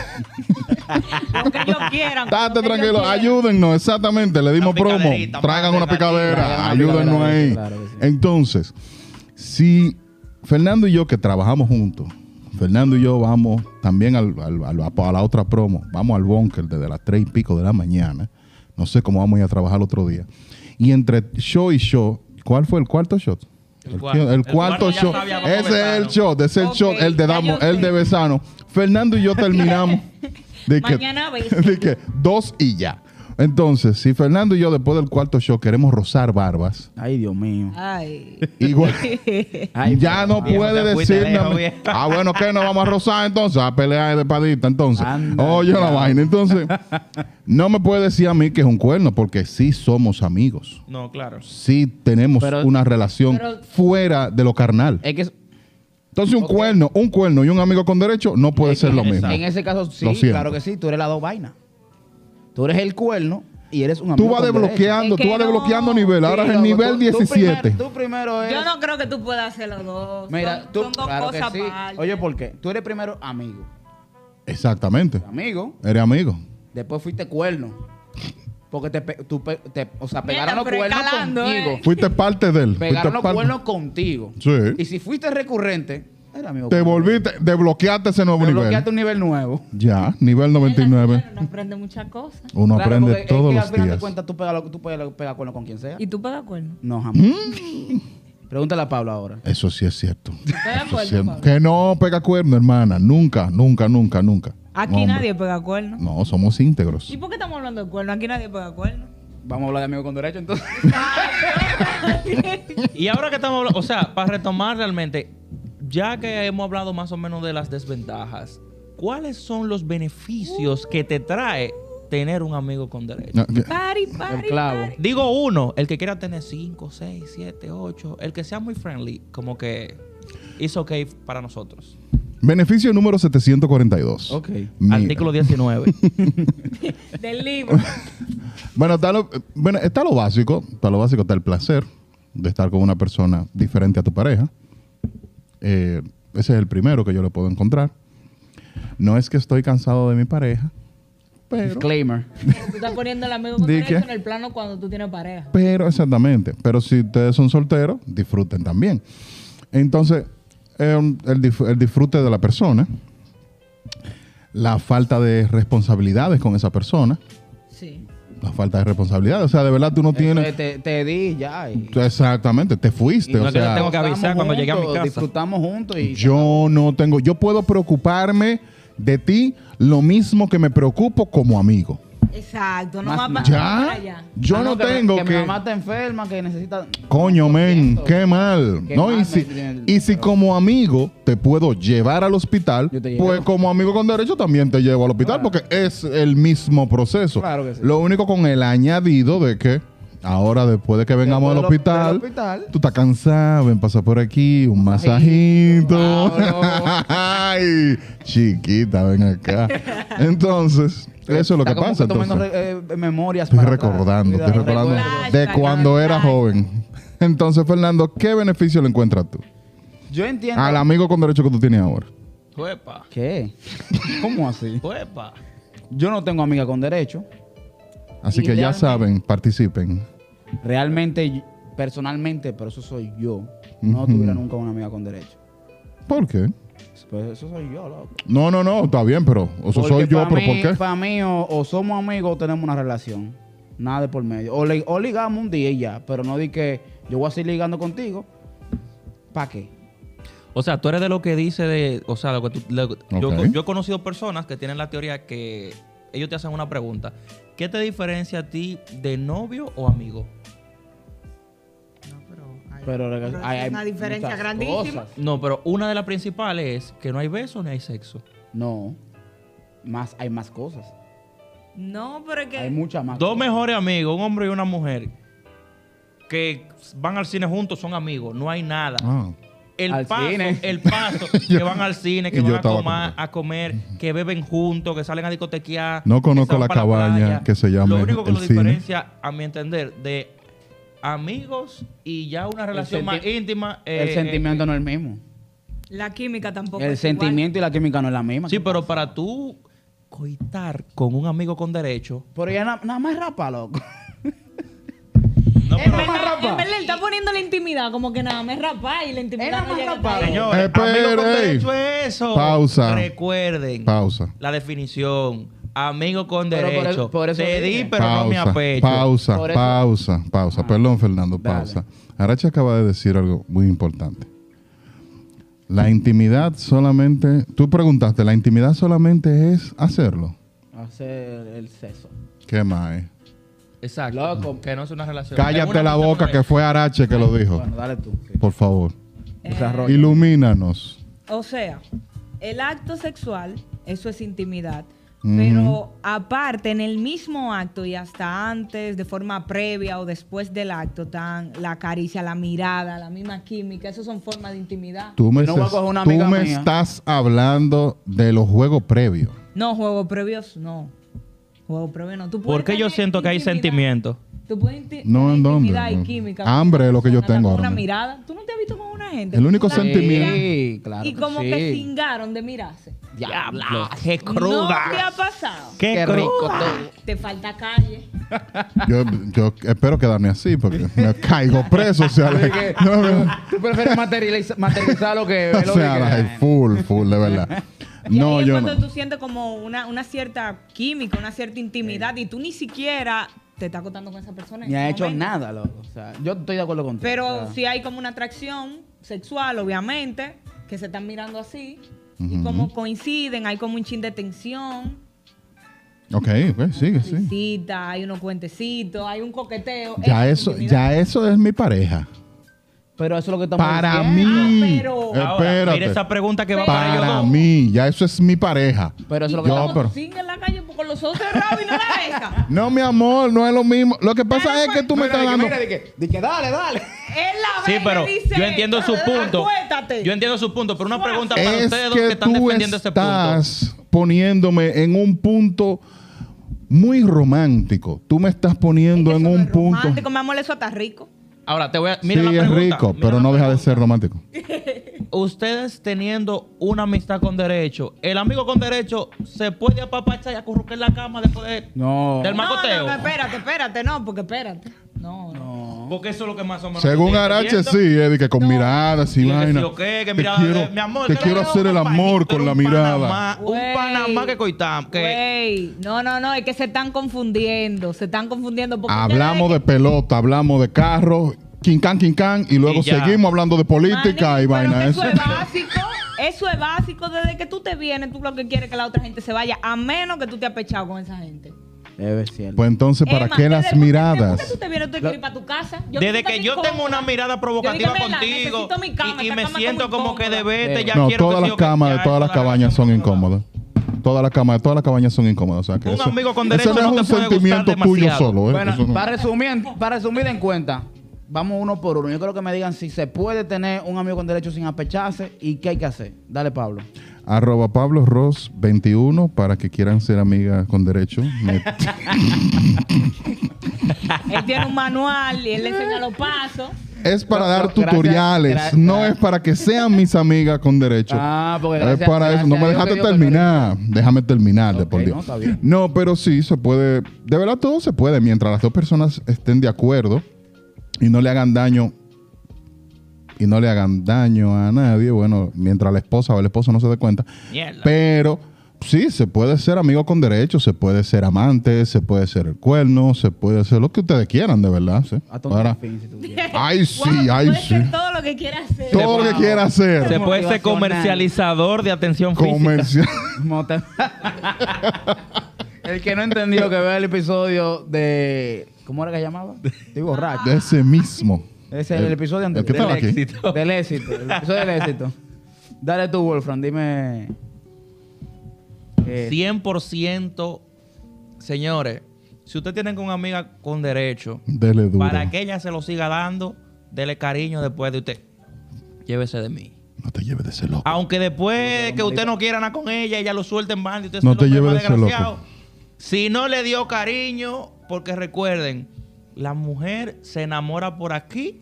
D: Lo que ellos quieran.
A: date
D: lo que ellos
A: tranquilo,
D: quieran.
A: ayúdenos, exactamente, le dimos promo.
B: picaderita,
A: Traigan
B: mande,
A: una picadera,
C: mande. Traigan una
A: ayúdenos
C: picadera,
A: ahí.
C: claro que sí.
A: Entonces, si Fernando y yo que trabajamos juntos, Fernando y yo vamos también al- al- al- a la otra promo, vamos al bunker desde las tres y pico de la mañana, no sé cómo vamos a ir a trabajar el otro día, y entre show y show, ¿cuál fue el cuarto shot?
B: El
A: El,
B: cuarto.
A: qui- el
B: El
A: cuarto
B: cuarto ya
A: shot,
B: sabía cómo
A: ese es el
B: besarnos.
A: shot, ese es el
D: Ok,
A: shot, el de
D: ya
A: Damo,
D: yo
A: el de
D: sé.
A: Besano. Fernando y yo terminamos de que,
D: Mañana beso.
A: de que dos y ya. Entonces, si Fernando y yo después del cuarto show queremos rozar barbas,
C: Ay, Dios mío.
D: Ay.
A: igual
C: Ay,
A: Eh. ya no
B: viejo,
A: puede
B: te fuiste
A: decirme. a
B: lejos,
A: mí,
B: viejo.
A: ah, bueno, ¿qué? Nos vamos a rozar entonces, a pelear de padita entonces.
C: Anda,
A: Oye, la
C: diablo.
A: vaina. Entonces, no me puede decir a mí que es un cuerno, porque sí somos amigos.
B: No, claro.
A: Sí tenemos
C: Pero-
A: una relación
C: pero-
A: fuera de lo carnal.
C: Es que es-
A: Entonces, un cuerno, un cuerno y un amigo con derecho no puede ser lo mismo.
C: en ese caso sí,
A: Lo siento.
C: claro que sí, tú eres las dos vainas. Tú eres el cuerno y eres un amigo.
A: Tú vas
C: con
A: desbloqueando,
D: Es que
A: tú vas
D: no.
A: desbloqueando nivel.
C: derecho.
A: Ahora
C: Sí,
A: es el
C: loco,
A: nivel
C: tú- tú
A: 17.
C: primero- Tú primero eres.
D: Yo no creo que tú puedas hacer los dos.
C: Pues- Mira,
D: son,
C: tú.
D: son dos
C: claro que
D: cosas
C: sí.
D: aparte.
C: Oye, ¿por qué? Tú eres primero amigo.
A: Exactamente.
C: Amigo.
A: Eres amigo.
C: Después fuiste cuerno. Porque te, pe- tú pe- te- o sea,
D: Mira,
C: pegaron los
D: pero
C: cuernos
D: escalando,
C: contigo.
D: eh.
A: Fuiste parte de él. Fuiste
C: Pegaron los
A: parte-
C: cuernos contigo.
A: Sí.
C: Y si fuiste recurrente, Era amigo.
A: Te volviste, desbloqueaste ese nuevo
C: Te
A: nivel.
C: bloqueaste un nivel nuevo.
A: Ya, nivel
C: pues,
A: 99.
E: Bueno, no aprende muchas cosas.
A: Uno
C: Claro,
A: aprende
C: porque es
A: todos
C: que al
A: los
C: final de
A: días.
C: cuentas, tú pegas lo- tú pegas pegas cuerno con quien sea.
D: ¿Y tú pagas cuerno?
C: No, jamás.
A: Mm.
C: Pregúntale a Pablo ahora.
A: Eso sí es cierto.
E: de
A: Eso
E: acuerdo,
A: es cierto.
E: Pablo.
A: Que no pega cuerno, hermana. Nunca, nunca, nunca, nunca.
D: Aquí
A: No, hombre.
D: nadie pega cuerno.
A: No, somos íntegros.
D: ¿Y por qué estamos hablando de cuerno? Aquí nadie pega cuerno.
C: Vamos a hablar de amigos con derecho entonces.
B: Y ahora que estamos hablando, o sea, para retomar realmente, ya que hemos hablado más o menos de las desventajas, ¿cuáles son los beneficios que te trae tener un amigo con derecho?
A: No, que-
D: Pari,
C: El
D: pari,
C: clavo.
D: pari.
B: Digo uno, el que quiera tener cinco, seis, siete, ocho, el que sea muy friendly, como que es ok para nosotros.
A: Beneficio número 742.
C: Ok.
A: Mira.
B: Artículo 19.
D: Del libro.
A: Bueno, está lo, bueno, está lo básico. Está lo básico, está el placer de estar con una persona diferente a tu pareja. Eh, ese es el primero que yo le puedo encontrar. No es que estoy cansado de mi pareja, pero...
C: Disclaimer.
E: Tú estás poniendo el amigo con
A: ¿De
E: derecho
A: qué?
E: en el plano cuando tú tienes pareja.
A: Pero, exactamente. Pero si ustedes son solteros, disfruten también. Entonces, eh, el, dif- el disfrute de la persona, la falta de responsabilidades con esa persona,
E: Sí.
A: la falta de responsabilidades. O sea, de verdad tú no
C: Eh,
A: tienes.
C: Te, te di ya. y-
A: Exactamente, te fuiste.
B: Y no
A: o
B: es que
A: sea,
B: te tengo que avisar
C: Estamos
B: cuando llegue a mi
C: juntos,
B: casa.
C: Disfrutamos juntos y.
A: yo no tengo. Yo puedo preocuparme de ti lo mismo que me preocupo como amigo.
D: Exacto, no
C: Más nada.
D: más pa-
A: Ya,
D: para allá.
A: yo
C: Ah,
A: no
C: que-
A: tengo que.
C: Que mi mamá está enferma, que necesita.
A: Coño, men, qué mal.
C: Qué
A: no,
C: mal
A: y
C: me
A: si,
C: tiene el-
A: y si como amigo te puedo llevar al hospital,
C: Yo te llevo.
A: pues como amigo con derecho también te llevo al hospital
C: Claro.
A: porque es el mismo proceso.
C: Claro que sí.
A: Lo único con el añadido de que ahora después de que vengamos al
C: del ho-
A: hospital,
C: del hospital.
A: tú estás cansado, ven pasar por aquí, un masajito.
C: Vámonos.
A: Ay, chiquita, ven acá. Entonces, eso es lo
C: Está
A: que
C: como
A: pasa.
C: tomando
A: entonces.
C: re- eh, memorias
A: Estoy
C: para atrás.
A: recordando, estoy
C: Cuidado.
A: recordando
D: Flashback,
A: de cuando era
D: flashback.
A: joven. Entonces, Fernando, ¿qué beneficio le encuentras tú?
C: Yo entiendo.
A: Al amigo con derecho que tú tienes ahora.
B: Huepa,
C: ¿Qué? ¿Cómo así?
B: huepa.
C: Yo no tengo amiga con derecho.
A: Así que ya
C: Idealmente.
A: saben, participen.
C: Realmente, y- personalmente, pero eso soy yo. No tuviera nunca una amiga con derecho.
A: ¿Por qué?
C: Pues eso soy yo, loco.
A: No, no, no, está bien, pero eso
C: Porque
A: soy yo,
C: pa'
A: pero
C: mí-
A: ¿por qué?
C: pa' mí, o, o somos amigos o tenemos una relación. Nada de por medio. O, li- o ligamos un día y ya. Pero no di que yo voy a seguir ligando contigo. ¿Para qué?
B: O sea, tú eres de lo que dice de. O sea, lo que tú- lo- yo,
A: Ok.
B: yo he conocido personas que tienen la teoría que ellos te hacen una pregunta. ¿Qué te diferencia a ti de novio o amigo?
D: No, pero hay,
C: Pero,
D: pero es una diferencia
C: muchas
D: grandísima.
C: cosas.
B: No, pero una de las principales es que no hay beso ni hay sexo.
C: No. Más, hay más cosas.
D: No, pero es que
C: Hay muchas más.
B: Dos
C: cosas.
B: mejores amigos, un hombre y una mujer, que van al cine juntos son amigos, no hay nada.
A: Ah,
B: El
C: Al
B: paso,
C: cine.
B: el paso, que van al cine, que
A: Y yo
B: van a,
A: estaba
B: tomar-
A: con-
B: a comer, que beben juntos, que salen a discotequear.
A: No
B: que
A: conozco
B: se van
A: la
B: para
A: cabaña
B: playa.
A: que se llame
B: Lo único que
A: el
B: lo
A: cine.
B: diferencia, a mi entender, de amigos y ya una relación
C: senti-
B: más íntima. eh,
C: El
B: eh,
C: sentimiento no es el mismo.
D: la química tampoco.
C: El
D: es igual.
C: sentimiento y la química no es la misma.
B: Sí, pero para tú coitar con un amigo con derecho.
C: Pero ella na- nada más rapa, loco.
B: No,
C: Es
B: pero-
E: En
C: más
E: verdad-
C: rapa.
E: En verdad, él está poniendo la intimidad como que nada, me rapa y la
C: Era
E: intimidad no
C: más
E: llega
C: rapado.
E: hasta ahí.
B: Señores, amigo con
A: Espere.
B: derecho es eso.
A: Pausa.
B: Recuerden.
A: pausa.
B: La definición. Amigo con
C: Pero por
B: derecho.
C: eso- por eso
B: Te di,
C: dije.
B: pero no me
A: pausa,
B: apecho.
A: pausa,
C: Por eso-
A: pausa, pausa. Perdón, Fernando,
C: Dale.
A: pausa. Aracha acaba de decir algo muy importante. La intimidad solamente, tú preguntaste, ¿la intimidad solamente es hacerlo?
C: Hacer el sexo.
A: ¿Qué más? eh?
B: Exacto.
C: Loco.
B: Que no es una relación.
A: Cállate
B: Ninguna
A: la
B: cosa
A: boca,
B: no
A: que
B: es.
A: fue Arache que lo dijo.
C: Bueno, dale tú. sí.
A: Por favor,
C: Desarrolla.
A: ilumínanos.
D: O sea, el acto sexual, eso es intimidad.
A: Ujú.
D: Pero aparte, en el mismo acto y hasta antes, de forma previa o después del acto, tan la caricia, la mirada, la misma química, eso son formas de intimidad.
A: Tú me,
C: Yo no voy a
A: estás-
C: coger una
A: tú
C: amiga
A: me
C: mía.
A: estás hablando de los juegos previos.
D: No, juegos previos, no. Juegos previos, no. Tú puedes
B: Porque yo
D: tener
B: siento que hay
D: intimidad.
B: sentimientos.
D: Tú puedes inti-
A: No,
D: tener
A: ¿en dónde?
D: intimidad
A: No.
D: y química. con
A: Hambre
D: una
A: es lo que yo
D: persona,
A: tengo
D: con
A: ahora
D: Una
A: mismo.
D: mirada. ¿Tú no te has visto con una gente?
A: El único
D: La
A: sentimiento-
D: miras
C: Sí, claro
D: y
C: que
D: como
C: sí.
D: que cingaron de mirarse.
F: Diabla, qué
G: No
F: cruda.
G: te ha pasado.
F: qué,
H: Qué rico
F: cruda.
H: todo.
G: Te falta calle.
A: Yo, yo espero quedarme así porque me caigo preso. O sea,
H: Así que,
A: no, no,
C: Ah,
H: Tú prefieres materializa- materializarlo que
A: o
H: verlo.
A: sea,
H: de que-
A: like, full, full, de verdad.
D: Y
A: No,
D: ahí es
A: yo
D: cuando
A: no.
D: tú sientes como una, una cierta química, una cierta intimidad y tú ni siquiera te estás acostando con esa persona. en
C: Ni ha
D: ese
C: hecho
D: momento.
C: nada, loco. O sea, yo estoy de acuerdo contigo.
D: Pero
A: Ah.
C: o sea,
D: si hay como una atracción sexual, obviamente, que se están mirando así y como coinciden, hay como un chin de tensión,
A: Ok, ok, sigue, sí.
D: visita, hay unos cuentecitos, hay un coqueteo.
A: Ya
D: es
A: eso,
D: intimidad.
A: ya eso es mi pareja.
C: Pero eso es lo que estamos
A: Para
C: diciendo.
A: mí.
D: pero-
F: Ah, Ahora, mira
A: Espérate.
F: esa pregunta que va para yo.
A: Para mí, ya eso es mi pareja.
C: Pero eso es lo que
A: Yo,
C: estamos
A: pero-
D: Sin en la calle con los ojos cerrados y no la beca.
A: No, mi amor, no es lo mismo. Lo que pasa es que tú me
H: Mira,
A: estás
H: de que,
A: dando.
H: mira, de que- de que dale, dale.
D: Él la
F: Sí,
D: ve y
F: pero
D: dice,
F: yo entiendo su punto.
D: Acuéstate.
F: Yo entiendo su punto, pero una pregunta para
A: Es
F: ustedes dos que
A: que
F: están
A: tú
F: defendiendo ese punto.
A: estás poniéndome en un punto muy romántico. Tú me estás poniendo
D: Eso
A: en
D: no
A: un
D: es
A: punto.
D: romántico, mi amor, eso está rico.
F: Ahora te voy a
A: Sí,
F: mira la
A: es
F: pregunta,
A: rico,
F: mira
A: pero
F: la
A: no deja de
F: pregunta.
A: ser romántico.
F: Ustedes teniendo una amistad con derecho, el amigo con derecho se puede apapachar y acurrucar en la cama después de-
C: No.
F: del macoteo.
D: No, no, no, espérate, espérate, no, porque espérate. No, no.
F: Porque eso es lo que más o menos.
A: Según
F: estoy
A: Arache, sí,
F: entendiendo.
A: Eddie, que con miradas y
F: Y que
A: vaina.
F: sí o qué, que
A: Te
F: mirada de-
A: quiero,
F: mi amor,
A: te
F: te
A: quiero
F: veo
A: hacer el
F: compañito,
A: amor
F: pero
A: con la
F: un
A: mirada.
F: Panamá, un
D: Güey.
F: Panamá que coitamos. Que
D: Güey, no, no, no, es que se están confundiendo, se están confundiendo. Porque
A: Hablamos de pelota, hablamos de carro, quincán, quincán, y luego
F: Y ya.
A: seguimos hablando de política y vaina.
D: Eso es
A: Eso-
D: básico, eso es básico. Desde que tú te vienes, tú lo que quieres es que la otra gente se vaya, a menos que tú te has pechado con esa gente.
C: Es cierto.
A: Pues entonces, ¿para
D: Es más,
A: qué
D: desde
A: las
D: que- Desde que
A: miradas?
D: tú te vienes, tú quieres ir para tu casa.
F: desde
D: necesito
F: que
D: mi
F: yo
D: cama.
F: tengo una mirada provocativa
D: Yo digo, "Mela,
F: contigo
D: necesito mi cama,
F: y, y
D: esta
F: me
D: cama está
F: siento
D: muy
F: como que de
D: incómoda".
F: vete, ya
A: No,
F: quiero
A: todas
F: que
A: las
F: sí o que-
A: camas de
F: ya,
A: todas las
F: la
A: cabañas son
F: relación
A: incómodas. Todas las camas de todas las cabañas son incómodas. O sea que
F: Un
A: eso,
F: amigo con
A: eso
F: derecho
A: no
F: no
A: es
F: te
A: un
F: puede gustar
A: sentimiento tuyo
F: demasiado.
A: solo. ¿eh?
H: Bueno,
A: Eso no-
C: para resumir, para resumir en cuenta, vamos uno por uno. Yo creo que me digan si se puede tener un amigo con derecho sin apecharse y qué hay que hacer. Dale, Pablo.
A: Arroba Pablo Ross 21 para que quieran ser amigas con derecho. Me-
D: Él tiene un manual y él
G: Le
D: le
G: enseña los pasos.
A: es para
C: No, no,
A: dar
C: gracias,
A: tutoriales,
C: gra-
A: no
C: gra-
A: es para que sean mis amigas con derecho.
C: Ah, porque
A: es
C: gracias-
A: para eso. No me
C: gracias a
A: dejaste
C: Dios que yo
A: terminar. Déjame terminar, de
C: Ok,
A: por Dios.
C: no, está bien.
A: No, pero sí se puede. De verdad, todo se puede mientras las dos personas estén de acuerdo y no le hagan daño. Y no le hagan daño a nadie. Bueno, mientras la esposa o el esposo no se dé cuenta.
F: Mierda.
A: Pero sí, se puede ser amigo con derecho, se puede ser amante, se puede ser el cuerno, se puede ser lo que ustedes quieran, de verdad. ¿sí?
C: A tonto
A: Para...
C: fin, si tú quieres.
A: Ay, sí,
D: Wow,
A: ay,
D: puede
A: sí.
D: ser todo lo que quiera hacer.
A: Todo lo que quiera
F: Se
A: hacer.
F: puede ser
C: Motivacional.
F: comercializador de atención física.
A: Comercial.
C: Mota. el que no entendió que vea el episodio de. ¿Cómo era que llamaba? Estoy borracho.
A: De ese mismo.
C: Ese es el episodio
A: el
C: anterior.
A: que estaba
C: Del
A: aquí.
C: éxito. Del éxito. El episodio del éxito. Dale tú, Wolfram, dime. eh,
F: 100%, señores, si ustedes tienen una amiga con derecho,
A: Dele duro.
F: para que ella se lo siga dando, dele cariño después de usted. Llévese de mí.
A: No te lleves de ese loco.
F: Aunque después que usted no quiera nada con ella, ella lo suelte en banda y usted
A: No
F: se
A: te
F: lo
A: lleves
F: lleve
A: de ese loco.
F: Si no le dio cariño, porque recuerden, la mujer se enamora por aquí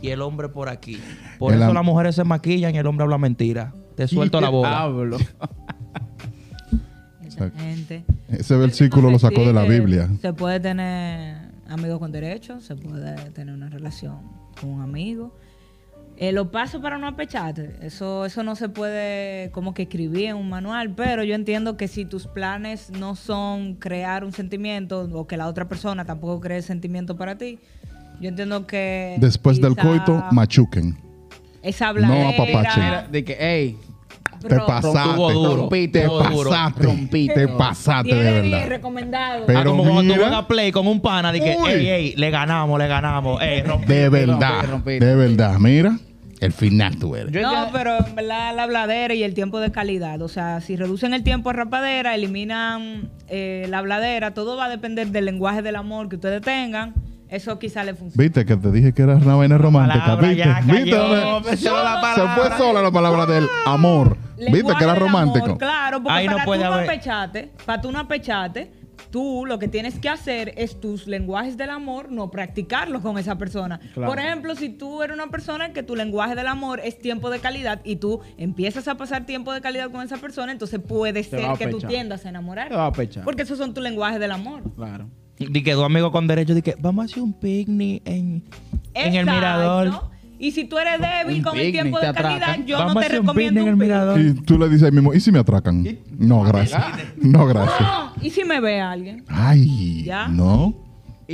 F: y el hombre por aquí. Por
A: El
F: eso
A: am-
F: las mujeres se maquillan y el hombre habla mentira. Te suelto la
A: Ah,
F: Ah, boca.
C: Pablo.
D: Esa gente.
A: Ese versículo lo sacó de la
D: Sí, que
A: Biblia.
D: Se puede tener amigos con derechos, se puede tener una relación con un amigo. Eh, los pasos para no apecharte, eso, eso no se puede como que escribir en un manual, pero yo entiendo que si tus planes no son crear un sentimiento o que la otra persona tampoco cree sentimiento para ti, yo entiendo que...
A: Después del
D: quizá
A: coito, machuquen.
D: Esa
A: no
D: habladera...
A: apapachen.
C: Mira, de que, hey,
A: Te
D: bro,
A: pasaste.
F: Estuvo duro,
A: Te
F: estuvo duro.
A: pasaste.
C: Rompiste.
A: Te pasaste,
G: Tiene
A: de
G: bien
A: verdad.
G: recomendado.
A: Pe-
F: Ah,
A: Pero
F: como cuando tú
A: mira.
F: juegas play con un pana, de que,
A: Uy.
F: ey, ey, le ganamos, le ganamos, ey, rompí.
A: De
C: rompí,
A: verdad.
C: rompí.
A: De verdad. Mira, el final tú eres.
C: yo
D: No,
C: entiendo-
D: pero en verdad la habladera y el tiempo de calidad. O sea, si reducen el tiempo a rapadera, eliminan eh, la habladera, todo va a depender del lenguaje del amor que ustedes tengan. Eso quizá le funcione.
A: Viste que te dije que era una vaina romántica.
F: Palabra
A: Viste.
F: ya
A: ¿Viste?
F: cayó,
A: Se
F: me echó la
A: fue
F: palabra.
A: sola la palabra del amor. Viste
D: Lenguaje
A: que era
D: del amor,
A: romántico.
D: claro, porque
F: Ahí no
D: para
F: puede
D: tú
F: haber-
D: no apecharte, para tú no apecharte, tú lo que tienes que hacer es tus lenguajes del amor no practicarlos con esa persona.
I: Claro.
D: Por ejemplo, si tú eres una persona que tu lenguaje del amor es tiempo de calidad y tú empiezas a pasar tiempo de calidad con esa persona, entonces puede
I: Te va
D: ser
I: a
D: que tú
I: pechar.
D: tiendas a enamorar.
I: Te va a pechar.
D: Porque esos son tus lenguajes del amor.
I: Claro.
F: Di que dos amigos con derecho, di que vamos a hacer un picnic en, en el
D: Exacto.
F: mirador.
D: Y si tú eres débil
I: Un
D: con el
I: picnic,
D: tiempo de
I: te
D: calidad,
I: atracan.
D: yo
F: vamos
D: no
F: a
D: te
F: hacer un
D: recomiendo
F: picnic en el
D: un picnic.
F: mirador.
A: Y tú le dices ahí mismo, ¿y si me atracan? No, gracias. No, gracias.
D: No, ¿Y si me ve alguien?
A: Ay,
D: ¿Ya?
A: no.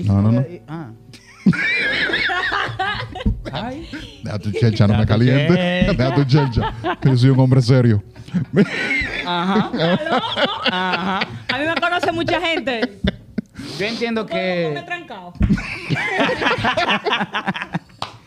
A: No, no, no.
I: Ah.
C: Ay.
A: Deja tu chelcha, no
F: Deja
A: me
F: tu
A: caliente.
F: chelcha.
A: Deja tu chelcha, que yo soy un hombre serio.
C: Ajá.
D: A mí me conoce mucha gente.
C: Yo entiendo
D: ¿Cómo me he
C: que.
D: trancado?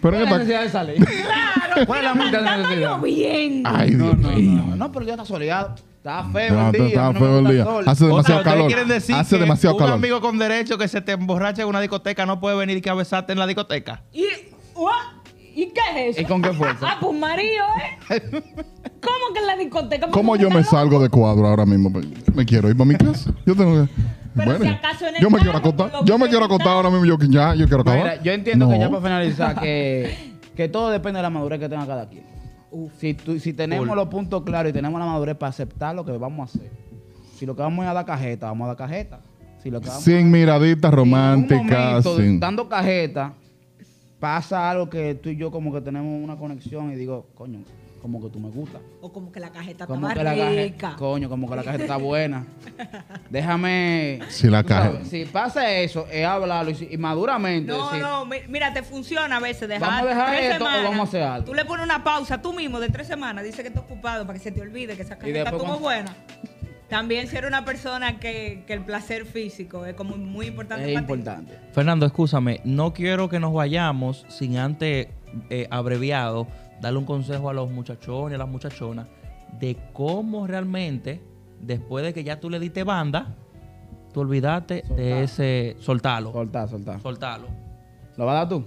A: Pero
C: ¿Cuál es
A: que
C: la
A: pa-
C: necesidad de salir?
D: Claro.
C: ¿Cuál es la mitad de la
D: Está
C: necesidad?
D: lloviendo.
A: Ay,
C: No,
A: Dios
C: no,
A: mío.
C: no. No, pero ya está soleado. Está feo
A: No,
C: el día.
A: estaba
C: no
A: feo el
C: me
A: día.
C: gusta el
A: Hace
C: sol.
F: O sea,
A: demasiado
F: ¿ustedes
A: calor.
F: quieren decir
A: Hace
F: que
A: demasiado
F: un
A: calor.
F: amigo con derecho que se te emborracha en una discoteca no puede venir que a besarte en la discoteca.
D: ¿Y, what? ¿Y qué es eso?
C: ¿Y con qué fuerza?
D: Ah, pues marido, ¿eh? ¿Cómo que en la discoteca?
A: ¿Cómo
D: Pues,
A: yo me
D: ¿no?
A: salgo de cuadro ahora mismo? Me quiero ir para mi casa. Yo tengo que.
D: Pero
A: bueno,
D: si acaso en el
A: yo me quiero
D: carro,
A: acostar.
D: con lo
A: Yo me
D: que
A: quiero
D: está.
A: acostar ahora mismo. Yo, que ya, yo quiero acabar.
C: Mira, yo entiendo que
A: No.
C: ya para finalizar que, que todo depende de la madurez que tenga cada quien. Si, tú- si tenemos
F: Full.
C: los puntos claros y tenemos la madurez para aceptar lo que vamos a hacer. Si lo que vamos a dar cajeta, vamos a dar cajeta. Si lo que vamos
A: Sin miraditas
C: en un
A: románticas.
C: momento,
A: sin-
C: dando cajeta, pasa algo que tú y yo como que tenemos una conexión y digo, coño, como que tú me gustas.
D: O como que la cajeta
C: Como
D: estaba
C: que la cajeta,
D: rica.
C: coño, como que la cajeta está buena. Déjame.
A: Si la
C: tú sabes,
A: cajeta-
C: Si pasa eso, es hablarlo y, si- y maduramente.
D: No,
C: decir,
D: no, mi- mira, te funciona a veces dejar.
C: Vamos a dejar
D: tres
C: esto o
D: semanas.
C: vamos a hacer algo.
D: Tú le pones una pausa tú mismo de tres semanas, dice que está ocupado para que se te olvide que esa cajeta
C: después cuando-
D: estuvo buena. También ser una persona que, que el placer físico es como muy importante
C: Es
D: para ti.
C: importante.
F: Fernando, escúchame, no quiero que nos vayamos sin antes, eh, abreviado, darle un consejo a los muchachones, a las muchachonas, de cómo realmente, después de que ya tú le diste banda, tú olvidaste de ese. Soltalo.
C: Soltá, soltá.
F: Soltalo.
C: ¿Lo vas a dar tú?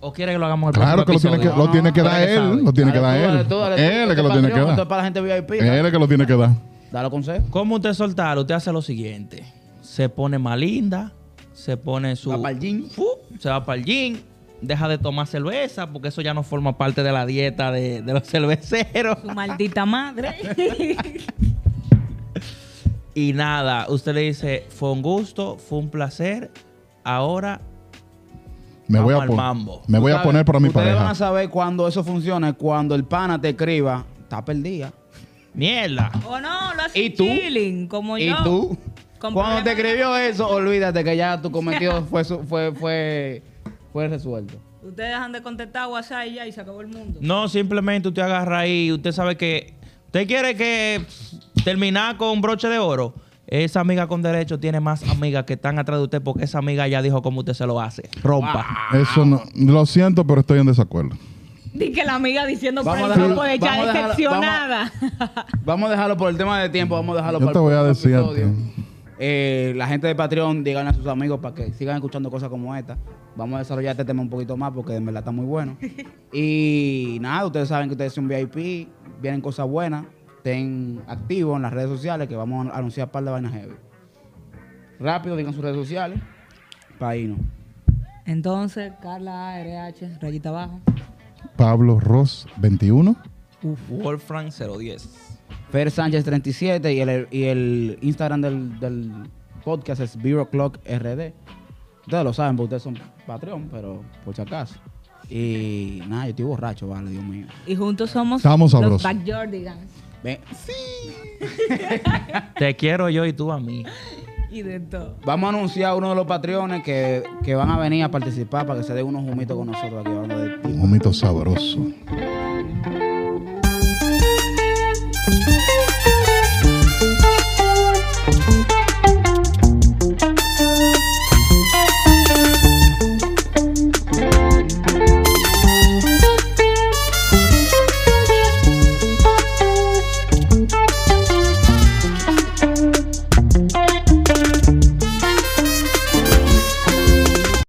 F: ¿O quieres que lo hagamos el
A: Claro que lo
F: próximo
A: tiene que,
F: episodio?
A: lo
C: No,
A: tiene que
F: ahora
A: dar
F: que
A: él.
F: sabe.
A: Lo tiene que dar
C: Dale tú,
A: él.
C: dale tú, dale tú.
A: Él es que
C: Esto
A: lo
C: es
A: tiene que
C: Patreon, Esto es
A: dar. Eh.
C: para la gente VIP.
A: Él es que lo tiene que dar.
C: Dale consejos.
F: ¿Cómo usted soltalo? Usted hace lo siguiente. Se pone más linda, se pone su...
C: Va pa'l gym.
F: Fu, se va para el gym, deja de tomar cerveza, porque eso ya no forma parte de la dieta de, de los cerveceros.
D: Tu maldita madre.
F: Y nada, usted le dice, fue un gusto, fue un placer, ahora...
A: Me voy a,
F: Vamos al
A: pon-
F: mambo.
A: me voy a
C: Ustedes-
A: poner para mi
C: Ustedes van
A: pareja.
C: a saber cuando eso funcione, cuando el pana te escriba, está perdida.
F: ¡Mierda!
D: o no, lo
C: ¿Y
D: haces
C: tú?
D: chilling, como
C: ¿Y
D: yo.
C: tú?
D: Con
C: Cuando te
D: problemas.
C: escribió eso, olvídate que ya tu cometido fue, su- fue, fue, fue resuelto.
D: Ustedes dejan de contestar WhatsApp y ya, y se acabó el mundo.
F: No, simplemente usted agarra ahí, usted sabe que... ¿Usted quiere que terminar con broche de oro? Esa amiga con derecho tiene más amigas que están atrás de usted porque esa amiga ya dijo cómo usted se lo hace. Rompa.
A: Eso no. Lo siento, pero estoy en desacuerdo.
D: Di que la amiga diciendo por
C: Vamos
D: el
C: a dejarlo-
D: grupo de ya
C: vamos a dejarlo-
D: decepcionada.
C: Vamos a dejarlo por el tema de tiempo, vamos a dejarlo
A: Yo
C: para
A: te
C: el
A: voy a
C: próximo
A: decir a ti.
C: episodio. Eh, la gente de Patreon, díganle a sus amigos para que sigan escuchando cosas como esta. Vamos a desarrollar este tema un poquito más porque en verdad está muy bueno. Y nada, ustedes saben que ustedes son VIP, vienen cosas buenas. Estén activos en las redes sociales que vamos a anunciar un par de vainas heavy. Rápido, digan sus redes sociales. Para irnos.
D: Entonces, Carla A, RH, rayita abajo.
A: Pablo Ross 21.
F: Wolfram 010.
C: Fer Sánchez 37 y el, y el Instagram del, del podcast es Bureau Clock RD. Ustedes lo saben, porque ustedes son Patreon, pero por si acaso. Y nada, yo estoy borracho, vale, Dios mío.
D: Y juntos somos
A: Estamos
D: los
A: sabrosos.
D: Backyardigans.
C: Ven,
F: Te quiero yo y tú a mí.
D: Y de todo.
C: Vamos a anunciar a uno de los Patreones que, que van a venir a participar para que se den unos humitos con nosotros aquí hablando de ti.
A: Un mito sabroso.